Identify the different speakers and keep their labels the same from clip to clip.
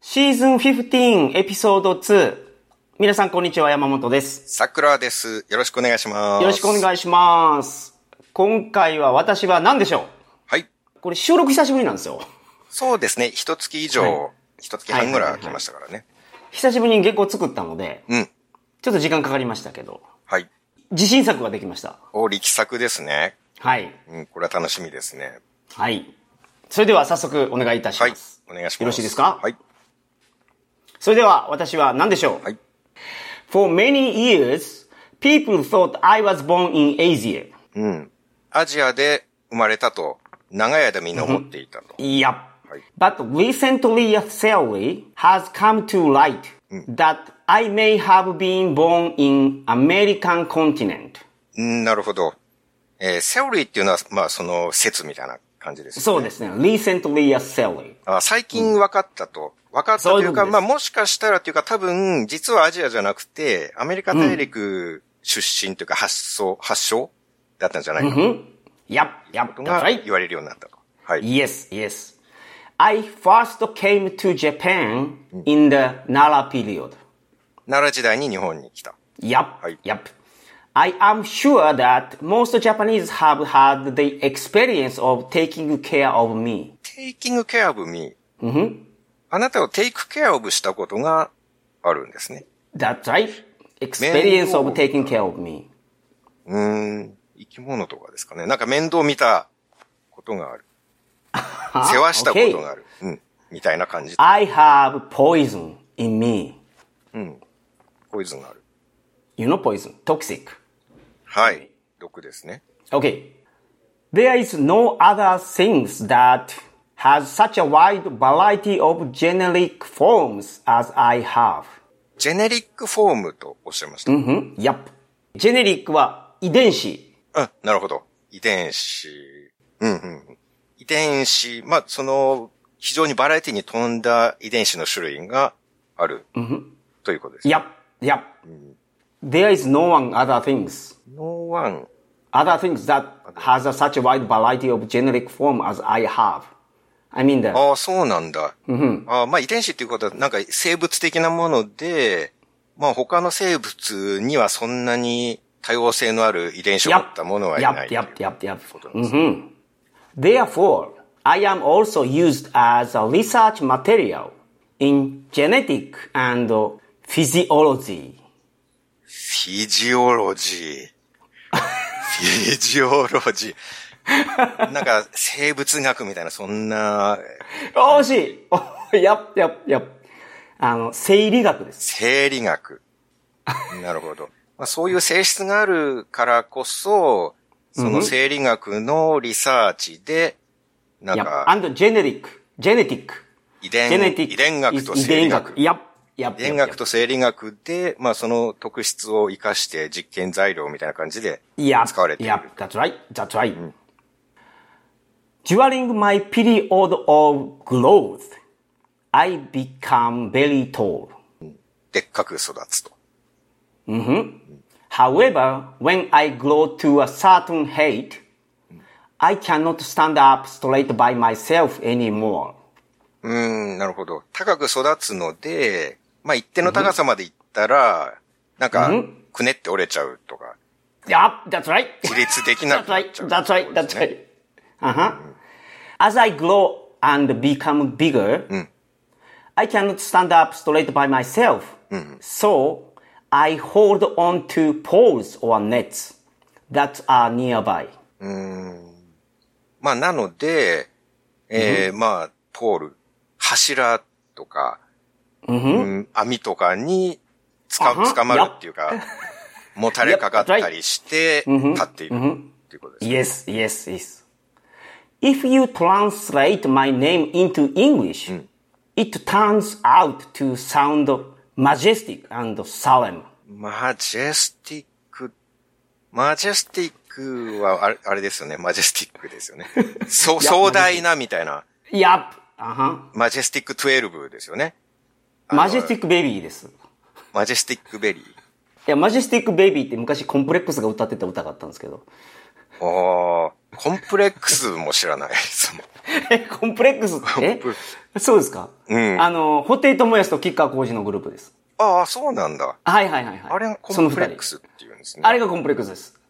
Speaker 1: シーズン15エピソード2。皆さんこんにちは、山本です。
Speaker 2: さくらです。よろしくお願いします。
Speaker 1: よろしくお
Speaker 2: い。
Speaker 1: 願いします。今回は私は何でしょ
Speaker 2: はい。
Speaker 1: うこれ収録久しぶりなんですよ。
Speaker 2: そうですね。一月以
Speaker 1: は
Speaker 2: 上、一、月半ぐらい来ましたからね。
Speaker 1: 久しぶりに原稿作ったので、
Speaker 2: うん。
Speaker 1: ちょっと時間かかりましたけど、
Speaker 2: はい。
Speaker 1: 自信作ができました。
Speaker 2: お、力作ですね。
Speaker 1: はい。
Speaker 2: うん、これは楽しみですね。
Speaker 1: はい。それでは早速お願いいたし
Speaker 2: はい
Speaker 1: ます。。
Speaker 2: お願いします。
Speaker 1: よろしいですか
Speaker 2: はい。
Speaker 1: それでは私は何でしょう、
Speaker 2: はい
Speaker 1: ?For many years, people thought I was born in Asia.
Speaker 2: うん。アジアで生まれたと、長い間みんな思っていたと。
Speaker 1: Yep.
Speaker 2: はい
Speaker 1: But recently a theory has come to light that I may have been born in American continent.
Speaker 2: うん、なるほど。えーセオリーっていうのは、まあ、その説みたいな感じです、ね。
Speaker 1: そうですね。recently a theory.
Speaker 2: あ最近分かったと。分かったというか、
Speaker 1: そういうことです
Speaker 2: まあもしかしたらというか多分、実はアジアじゃなくて、アメリカ大陸出身というか発想、発祥だったんじゃない
Speaker 1: Yep,
Speaker 2: か
Speaker 1: yep,
Speaker 2: と
Speaker 1: that's
Speaker 2: が
Speaker 1: right.
Speaker 2: 言われるようになったと。はい。
Speaker 1: Yes, yes. I first came to Japan in the Nara period.
Speaker 2: 奈良時代に日本に来た。
Speaker 1: Yep,
Speaker 2: はい
Speaker 1: yep. I am sure that most Japanese have had the experience of taking care of me.
Speaker 2: taking care of me. あなたを take care of したことがあるんですね。
Speaker 1: That's right. Experience of taking care of me.
Speaker 2: うーん。生き物とかですかね。なんか面倒見たことがある。世話したこと があ
Speaker 1: Okay.
Speaker 2: る。うん。みたいな感じ。
Speaker 1: I have poison in me.
Speaker 2: ポイズンがある。
Speaker 1: You know poison, toxic.
Speaker 2: はい。毒ですね。
Speaker 1: Okay. There is no other things that has such a wide variety of generic forms as I have. Mm-hmm.
Speaker 2: ジェネリックフォームとおっしゃいました。うん、
Speaker 1: Yep. ジェネリックは遺伝子。
Speaker 2: なるほど。遺伝子。うんうんうん。遺伝子、まあ、その、非常にバラエティに富んだ遺伝子の種類がある。ということです。
Speaker 1: Yep. Yep. There is no one other things.
Speaker 2: No one.
Speaker 1: Other things that has a, such a wide variety of generic form as I have. I mean the
Speaker 2: ああ、そうなんだ。ああまあ、遺伝子っていうことは、なんか生物的なもので、まあ、他の生物にはそんなに多様性のある遺伝子を持ったものはいな
Speaker 1: Yep,
Speaker 2: いという。
Speaker 1: yep, yep, yep. Mhm. Therefore, I am also used as a research material in genetic and physiology.
Speaker 2: フィジオロジー。フィジオロジー。なんか、生物学みたいな、そんな、
Speaker 1: 惜しい Yep, yep, yep. あの、生理学です。
Speaker 2: 生理学。なるほど。まあ、そういう性質があるからこそ、その生理学のリサーチで、なん
Speaker 1: Yep.
Speaker 2: か、
Speaker 1: And genetic. Genetic.
Speaker 2: 遺伝、
Speaker 1: Genetic.
Speaker 2: 遺伝学と
Speaker 1: 遺
Speaker 2: 生理
Speaker 1: 伝
Speaker 2: 学。
Speaker 1: 学。Yep, yep,
Speaker 2: 遺伝
Speaker 1: yep,
Speaker 2: 学と生理学で、まあその特質を活かして実験材料みたいな感じで
Speaker 1: Yep,
Speaker 2: 使われている。
Speaker 1: Yep, that's right, that's right.、During my period of growth, I become very tall.
Speaker 2: でっかく育つと。
Speaker 1: However, when I grow to a certain height, I cannot stand up straight by myself anymore.
Speaker 2: うーん、なるほど。高く育つので、まあ一定の高さまで行ったら、なんか、くねって折れちゃうとか、
Speaker 1: Yep, that's right.
Speaker 2: 自立できな
Speaker 1: That's
Speaker 2: くなっ
Speaker 1: right,
Speaker 2: ちゃう。
Speaker 1: that's right, that's right. Uh-huh. As I grow and become bigger, I cannot stand up straight by myself. So I hold on to poles or nets that are nearby.
Speaker 2: まあなので、えーまあ、ポール、柱とか、うん網とかにつか、
Speaker 1: は
Speaker 2: 捕まるっていうか、もたれかかったりして、立っているっていうことです。
Speaker 1: Yes, yes, yes. If you translate my name into English, it turns out to sound majestic and solemn.
Speaker 2: マジェスティック、マジェスティックは、あれ、あれですよね。マジェスティックですよね。そう、壮大なみたいな。
Speaker 1: Yup. Uh-huh.
Speaker 2: マジェスティック12ですよね。
Speaker 1: Majestic Baby です。
Speaker 2: マジェスティックベリー。
Speaker 1: いや、マジェスティックベイビーって昔コンプレックスが歌ってた歌があったんですけど。
Speaker 2: ああ、コンプレックスも知らないですもん。
Speaker 1: え、コンプレックスってえそうですか
Speaker 2: うん
Speaker 1: あの、ホテイトモヤスとキッカー工事のグループです。
Speaker 2: ああ、そうなんだ。
Speaker 1: はいはいはいはい。
Speaker 2: あれがコ
Speaker 1: その
Speaker 2: ン
Speaker 1: 二
Speaker 2: プ
Speaker 1: 人
Speaker 2: レックスっていうんですね。
Speaker 1: あれがコンプレックスです。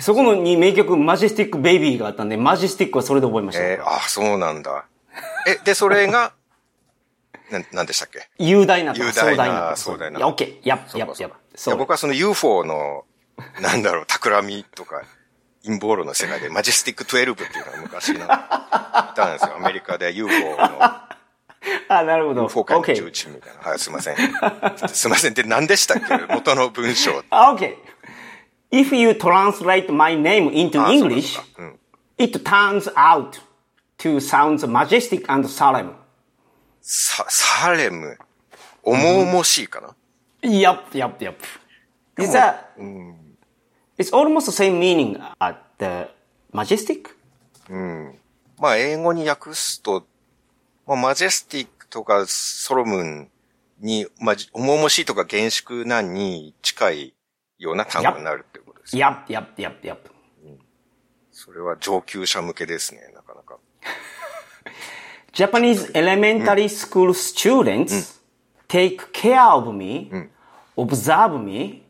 Speaker 1: そこのに名曲、マジェスティック・ベイビーがあったんで、マジェスティックはそれで覚えました。
Speaker 2: えー、ああ、そうなんだ。え、で、それが、な、なんでしたっけ
Speaker 1: 雄大なとか、
Speaker 2: 雄
Speaker 1: 壮大
Speaker 2: 大な
Speaker 1: なとか。
Speaker 2: 壮大ない
Speaker 1: や、オッケー。やっ、やっ、
Speaker 2: そ
Speaker 1: やっ
Speaker 2: うか。い
Speaker 1: そ
Speaker 2: や
Speaker 1: う。
Speaker 2: 僕はその UFO の、なんだろう、企みとか、陰謀論の世界で、マジェスティック12っていうのが昔の、いたんですよ。アメリカで UFO の、
Speaker 1: あ、なるほど。オ
Speaker 2: UFO 界
Speaker 1: ッ
Speaker 2: の
Speaker 1: ケ
Speaker 2: 重
Speaker 1: ー。
Speaker 2: 鎮みたいな。はい、すいません。すいません。で、何でしたっけ元の文章。
Speaker 1: あ、オッケー。If you translate my name into
Speaker 2: あそうか
Speaker 1: English,
Speaker 2: そうかうん
Speaker 1: it turns out to sound majestic and solemn.
Speaker 2: さ、サレム。重々しいかな、
Speaker 1: Yup, yup, yup. Is that? It's almost the same meaning at the majestic.
Speaker 2: まあ、英語に訳すと、まあ、マジェスティックとかソロムンに、まあ、重々しいとか厳粛なに近いような単語になるってことです。
Speaker 1: Yup, yup, yup, yup.
Speaker 2: それは上級者向けですね、なかなか。
Speaker 1: Japanese elementary school students take care of me, observe me,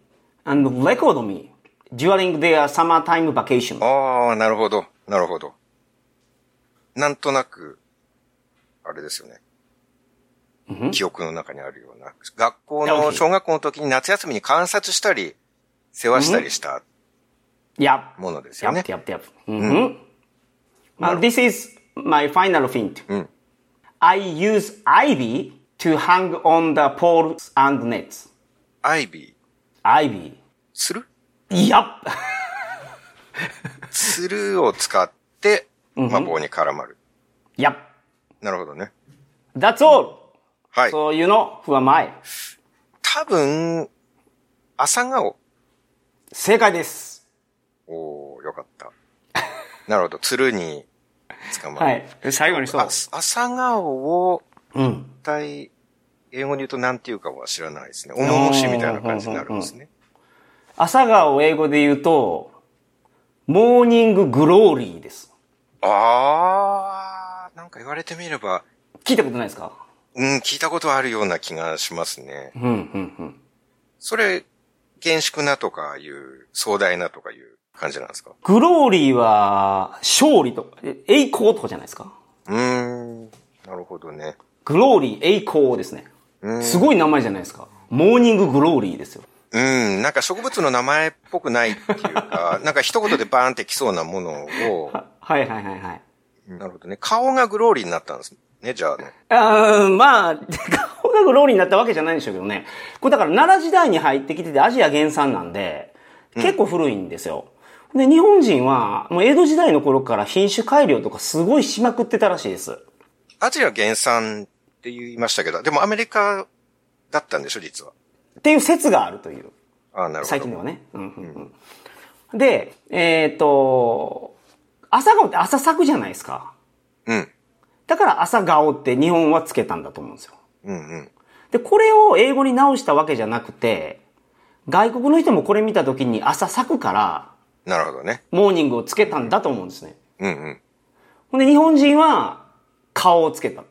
Speaker 1: and record me during their summertime vacation.
Speaker 2: ああ、なるほど、なるほど。なんとなく、あれですよね。記憶の中にあるような。学校
Speaker 1: いや OK
Speaker 2: の、小学校の時に夏休みに観察したり、世話したりした
Speaker 1: Yup.
Speaker 2: ものですよね
Speaker 1: Yup,。yup, yup. Mhm. Uh, this is my final hint. I use ivy to hang on the poles and nets.
Speaker 2: アイビー、
Speaker 1: Ivy.
Speaker 2: する
Speaker 1: Yup.
Speaker 2: つるを使って、まあ、棒に絡まる。
Speaker 1: Yup.
Speaker 2: なるほどね。
Speaker 1: That's all.
Speaker 2: はい。
Speaker 1: So you know who am I.
Speaker 2: 多分、朝顔。
Speaker 1: 正解です。
Speaker 2: おー、よかった。なるほど。つるに捕まる。
Speaker 1: はい。最後にそう
Speaker 2: あ。朝顔を、
Speaker 1: うん。
Speaker 2: 一体、英語に言うと何て言うかは知らないですね。重々しいみたいな感じになるんですね。
Speaker 1: 朝顔を英語で言うと、モーニンググローリーです。
Speaker 2: あー、なんか言われてみれば、
Speaker 1: 聞いたことないですか
Speaker 2: うん、聞いたことあるような気がしますね。
Speaker 1: うん、うん、うん。
Speaker 2: それ、厳粛なとかいう、壮大なとかいう感じなんですか
Speaker 1: グローリーは、勝利と、え栄光とかじゃないですか
Speaker 2: うーん、なるほどね。
Speaker 1: グローリー、栄光ですね。すごい名前じゃないですか。モーニンググローリーですよ。
Speaker 2: うん、なんか植物の名前っぽくないっていう か、なんか一言でバーンってきそうなものを、
Speaker 1: はいはいはいはい。
Speaker 2: なるほどね。顔がグローリーになったんですね、じゃあね。
Speaker 1: あーまあ、 顔がグローリーになったわけじゃないんでしょうけどね。これだから奈良時代に入ってきててアジア原産なんで、結構古いんですよ。で、日本人は、もう江戸時代の頃から品種改良とかすごいしまくってたらしいです。
Speaker 2: アジア原産って言いましたけど、でもアメリカだったんでしょ、実は。
Speaker 1: っていう説があるという。
Speaker 2: ああ、なるほ
Speaker 1: 最近
Speaker 2: ど。
Speaker 1: ではね。うんうんうん、で、えっ、と、朝顔って朝咲くじゃないですか。
Speaker 2: うん。
Speaker 1: だから朝顔って日本はつけたんだと思うんですよ。
Speaker 2: うんうん。
Speaker 1: で、これを英語に直したわけじゃなくて、外国の人もこれ見た時に朝咲くから、
Speaker 2: なるほどね。
Speaker 1: モーニングをつけたんだと思うんですね。
Speaker 2: うんうん。
Speaker 1: ほんで、日本人は顔をつけたと。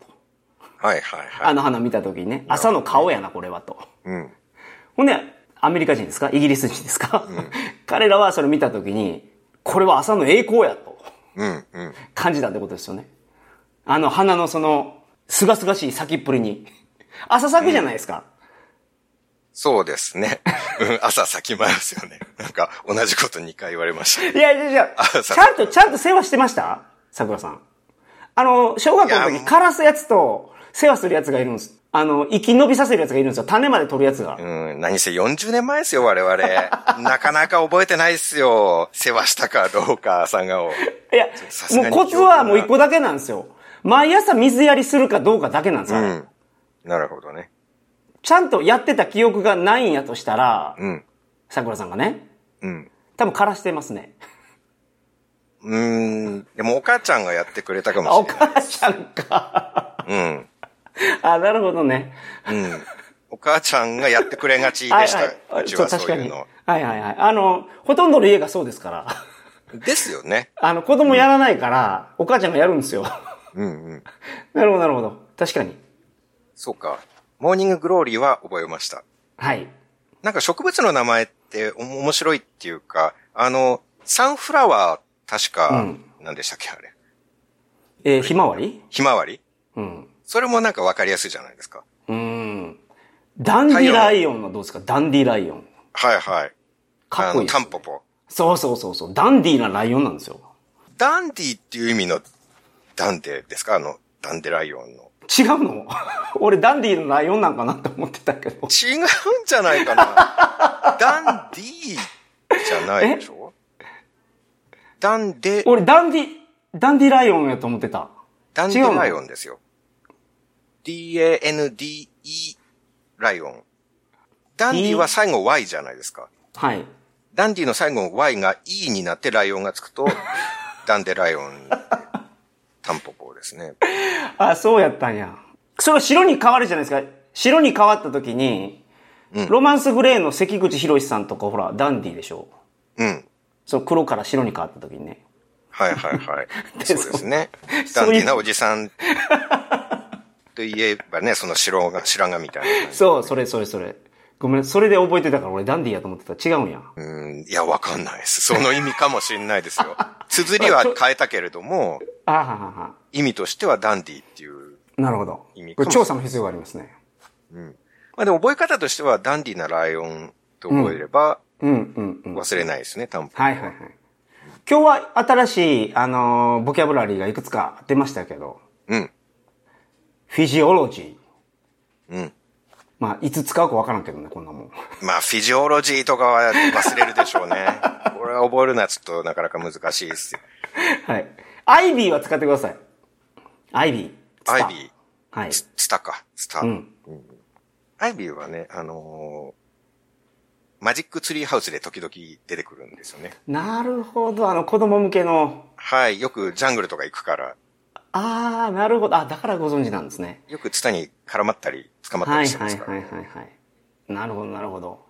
Speaker 2: はいはいはい。
Speaker 1: あの花見た時にね、朝の顔やな、これはと。
Speaker 2: うん。
Speaker 1: ほんで、アメリカ人ですかイギリス人ですか、彼らはそれ見た時に、これは朝の栄光やと
Speaker 2: うんうん。
Speaker 1: 感じたってことですよね。あの花のその、すがすがしい咲きっぷりに。朝咲くじゃないですか。
Speaker 2: そうですね。うん 朝咲きますよね。なんか、同じこと2回言われました。
Speaker 1: いやいやいや、ちゃんと、ちゃんと世話してました桜さん。あの、小学校の
Speaker 2: いや
Speaker 1: 時、枯らすやつと、世話するやつがいるんです。あの、生き延びさせるやつがいるんですよ。種まで取るやつが。
Speaker 2: うん、何せ40年前ですよ、我 々。なかなか覚えてないですよ。世話したかどうか、朝顔。
Speaker 1: いや
Speaker 2: さ、す
Speaker 1: も
Speaker 2: が
Speaker 1: う
Speaker 2: に
Speaker 1: コツはもう一個だけなんですよ。毎朝水やりするかどうかだけなんですよ。
Speaker 2: うん。なるほどね。
Speaker 1: ちゃんとやってた記憶がないんやとしたら、
Speaker 2: うん。
Speaker 1: 桜さんがね、
Speaker 2: うん。
Speaker 1: 多分枯らしてますね。
Speaker 2: うーん。でも、お母ちゃんがやってくれたか
Speaker 1: あお
Speaker 2: もしれない。
Speaker 1: 母ちゃんか。
Speaker 2: うん。
Speaker 1: あ、なるほどね。
Speaker 2: うん。お母ちゃんがやってくれがちで
Speaker 1: はい
Speaker 2: し
Speaker 1: はい
Speaker 2: た。うち
Speaker 1: そう
Speaker 2: は
Speaker 1: 確
Speaker 2: そ
Speaker 1: か
Speaker 2: ういう
Speaker 1: に。
Speaker 2: の。
Speaker 1: はいはいはい。あの、ほとんどの家がそうですから。
Speaker 2: ですよね。
Speaker 1: あの、子供やらないから、お母ちゃんがやるんですよ。
Speaker 2: うんうん。
Speaker 1: なるほど、なるほど。確かに。
Speaker 2: そうか。モーニンググローリーは覚えました。
Speaker 1: はい。
Speaker 2: なんか植物の名前って面白いっていうか、あの、サンフラワー、確か、何でしたっけ、あれ。
Speaker 1: えー、ひまわり
Speaker 2: ひまわり
Speaker 1: うん。
Speaker 2: それもなんかわかりやすいじゃないですか。
Speaker 1: うーん。ダンディライオンはどうですかダンディライオン。
Speaker 2: はいはい。
Speaker 1: かっこいい
Speaker 2: あの、
Speaker 1: です
Speaker 2: タ
Speaker 1: ね、
Speaker 2: ンポポ。
Speaker 1: そうそうそうそう。ダンディーなライオンなんですよ。
Speaker 2: ダンディっていう意味のダンデですかあの、ダンデライオンの。
Speaker 1: 違うの 俺ダンディーのライオンなんかなって思ってたけど。
Speaker 2: 違うんじゃないかな ダンディじゃないでしょダンデ、
Speaker 1: 俺ダンディ、ダンディライオンやと思ってた。
Speaker 2: ダンデライオンですよ。D-A-N-D-E ライオン。ダンディは最後 Y じゃないですか。
Speaker 1: はい。
Speaker 2: ダンディの最後の Y が E になってライオンがつくと、ダンデライオン、タンポポですね。
Speaker 1: あ、そうやったんや。それは白に変わるじゃないですか。白に変わった時に、ロマンスグレーの関口博さんとかほら、ダンディーでしょ。
Speaker 2: うん。
Speaker 1: その黒から白に変わった時にね。
Speaker 2: はいはいはい。
Speaker 1: で
Speaker 2: そうですね。
Speaker 1: そう
Speaker 2: ダンディな
Speaker 1: そういう
Speaker 2: おじさんといえばね、その白が、白髪みたいな感じ。
Speaker 1: そう、それそれそれ。ごめん、それで覚えてたから俺ダンディーやと思ってた。違うんや。
Speaker 2: うん、いや、わかんないです。その意味かもしれないです よ。綴りは変えたけれども、
Speaker 1: あははは。
Speaker 2: 意味としてはダンディっていう。
Speaker 1: なるほど
Speaker 2: 意味。
Speaker 1: こ
Speaker 2: かも
Speaker 1: れ調査の必要がありますね。
Speaker 2: まあでも覚え方としてはダンディなライオンと覚えれば
Speaker 1: うんうんうん。
Speaker 2: 忘れないですね、タンポポ。
Speaker 1: はいはいはい。今日は新しい、あのーボキャブラリーがいくつか出ましたけど、
Speaker 2: うん。
Speaker 1: フィジオロジー。
Speaker 2: うん。
Speaker 1: まあ、いつ使うかわからんけどね、こんな もん。
Speaker 2: まあ、フィジオロジーとかは忘れるでしょう ね。これは覚えるのはちょっとなかなか難しいですよ。
Speaker 1: はい。アイビーは使ってください。アイビー。ツタ
Speaker 2: アイビー。
Speaker 1: はい。
Speaker 2: ススタか、スタ。
Speaker 1: うん。
Speaker 2: アイビーはね、あのーマジックツリーハウスで時々出てくるんですよね。
Speaker 1: なるほど。あの、子供向けの。
Speaker 2: はい、よくジャングルとか行くから、
Speaker 1: あー、なるほど。あ、だからご存知なんですね。
Speaker 2: よくツタに絡まったり、捕まった
Speaker 1: はい
Speaker 2: りしてま
Speaker 1: はい
Speaker 2: す
Speaker 1: は
Speaker 2: か
Speaker 1: いは
Speaker 2: ら、
Speaker 1: いはい。なるほど、なるほど。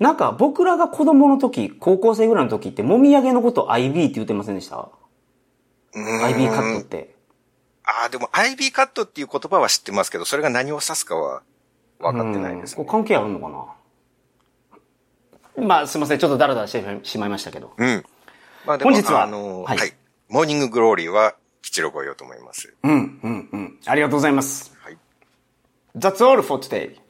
Speaker 1: なんか、僕らが子供の時、高校生ぐらいの時って、もみあげのことアイビーって言ってませんでした
Speaker 2: うーん
Speaker 1: アイビーカットって。
Speaker 2: ああ、でも、アイビーカットっていう言葉は知ってますけど、それが何を指すかは分かってないです
Speaker 1: うん
Speaker 2: ね。
Speaker 1: これ関係あるのかなまあ、すいません。ちょっとダラダラしてしまいましたけど。
Speaker 2: うん。まあでも、
Speaker 1: 本日は
Speaker 2: あのー
Speaker 1: はい
Speaker 2: はい。モーニンググローリーは吉郎ご用と思います。
Speaker 1: うん、うん、うん。ありがとうございます。
Speaker 2: はい。
Speaker 1: That's all for today.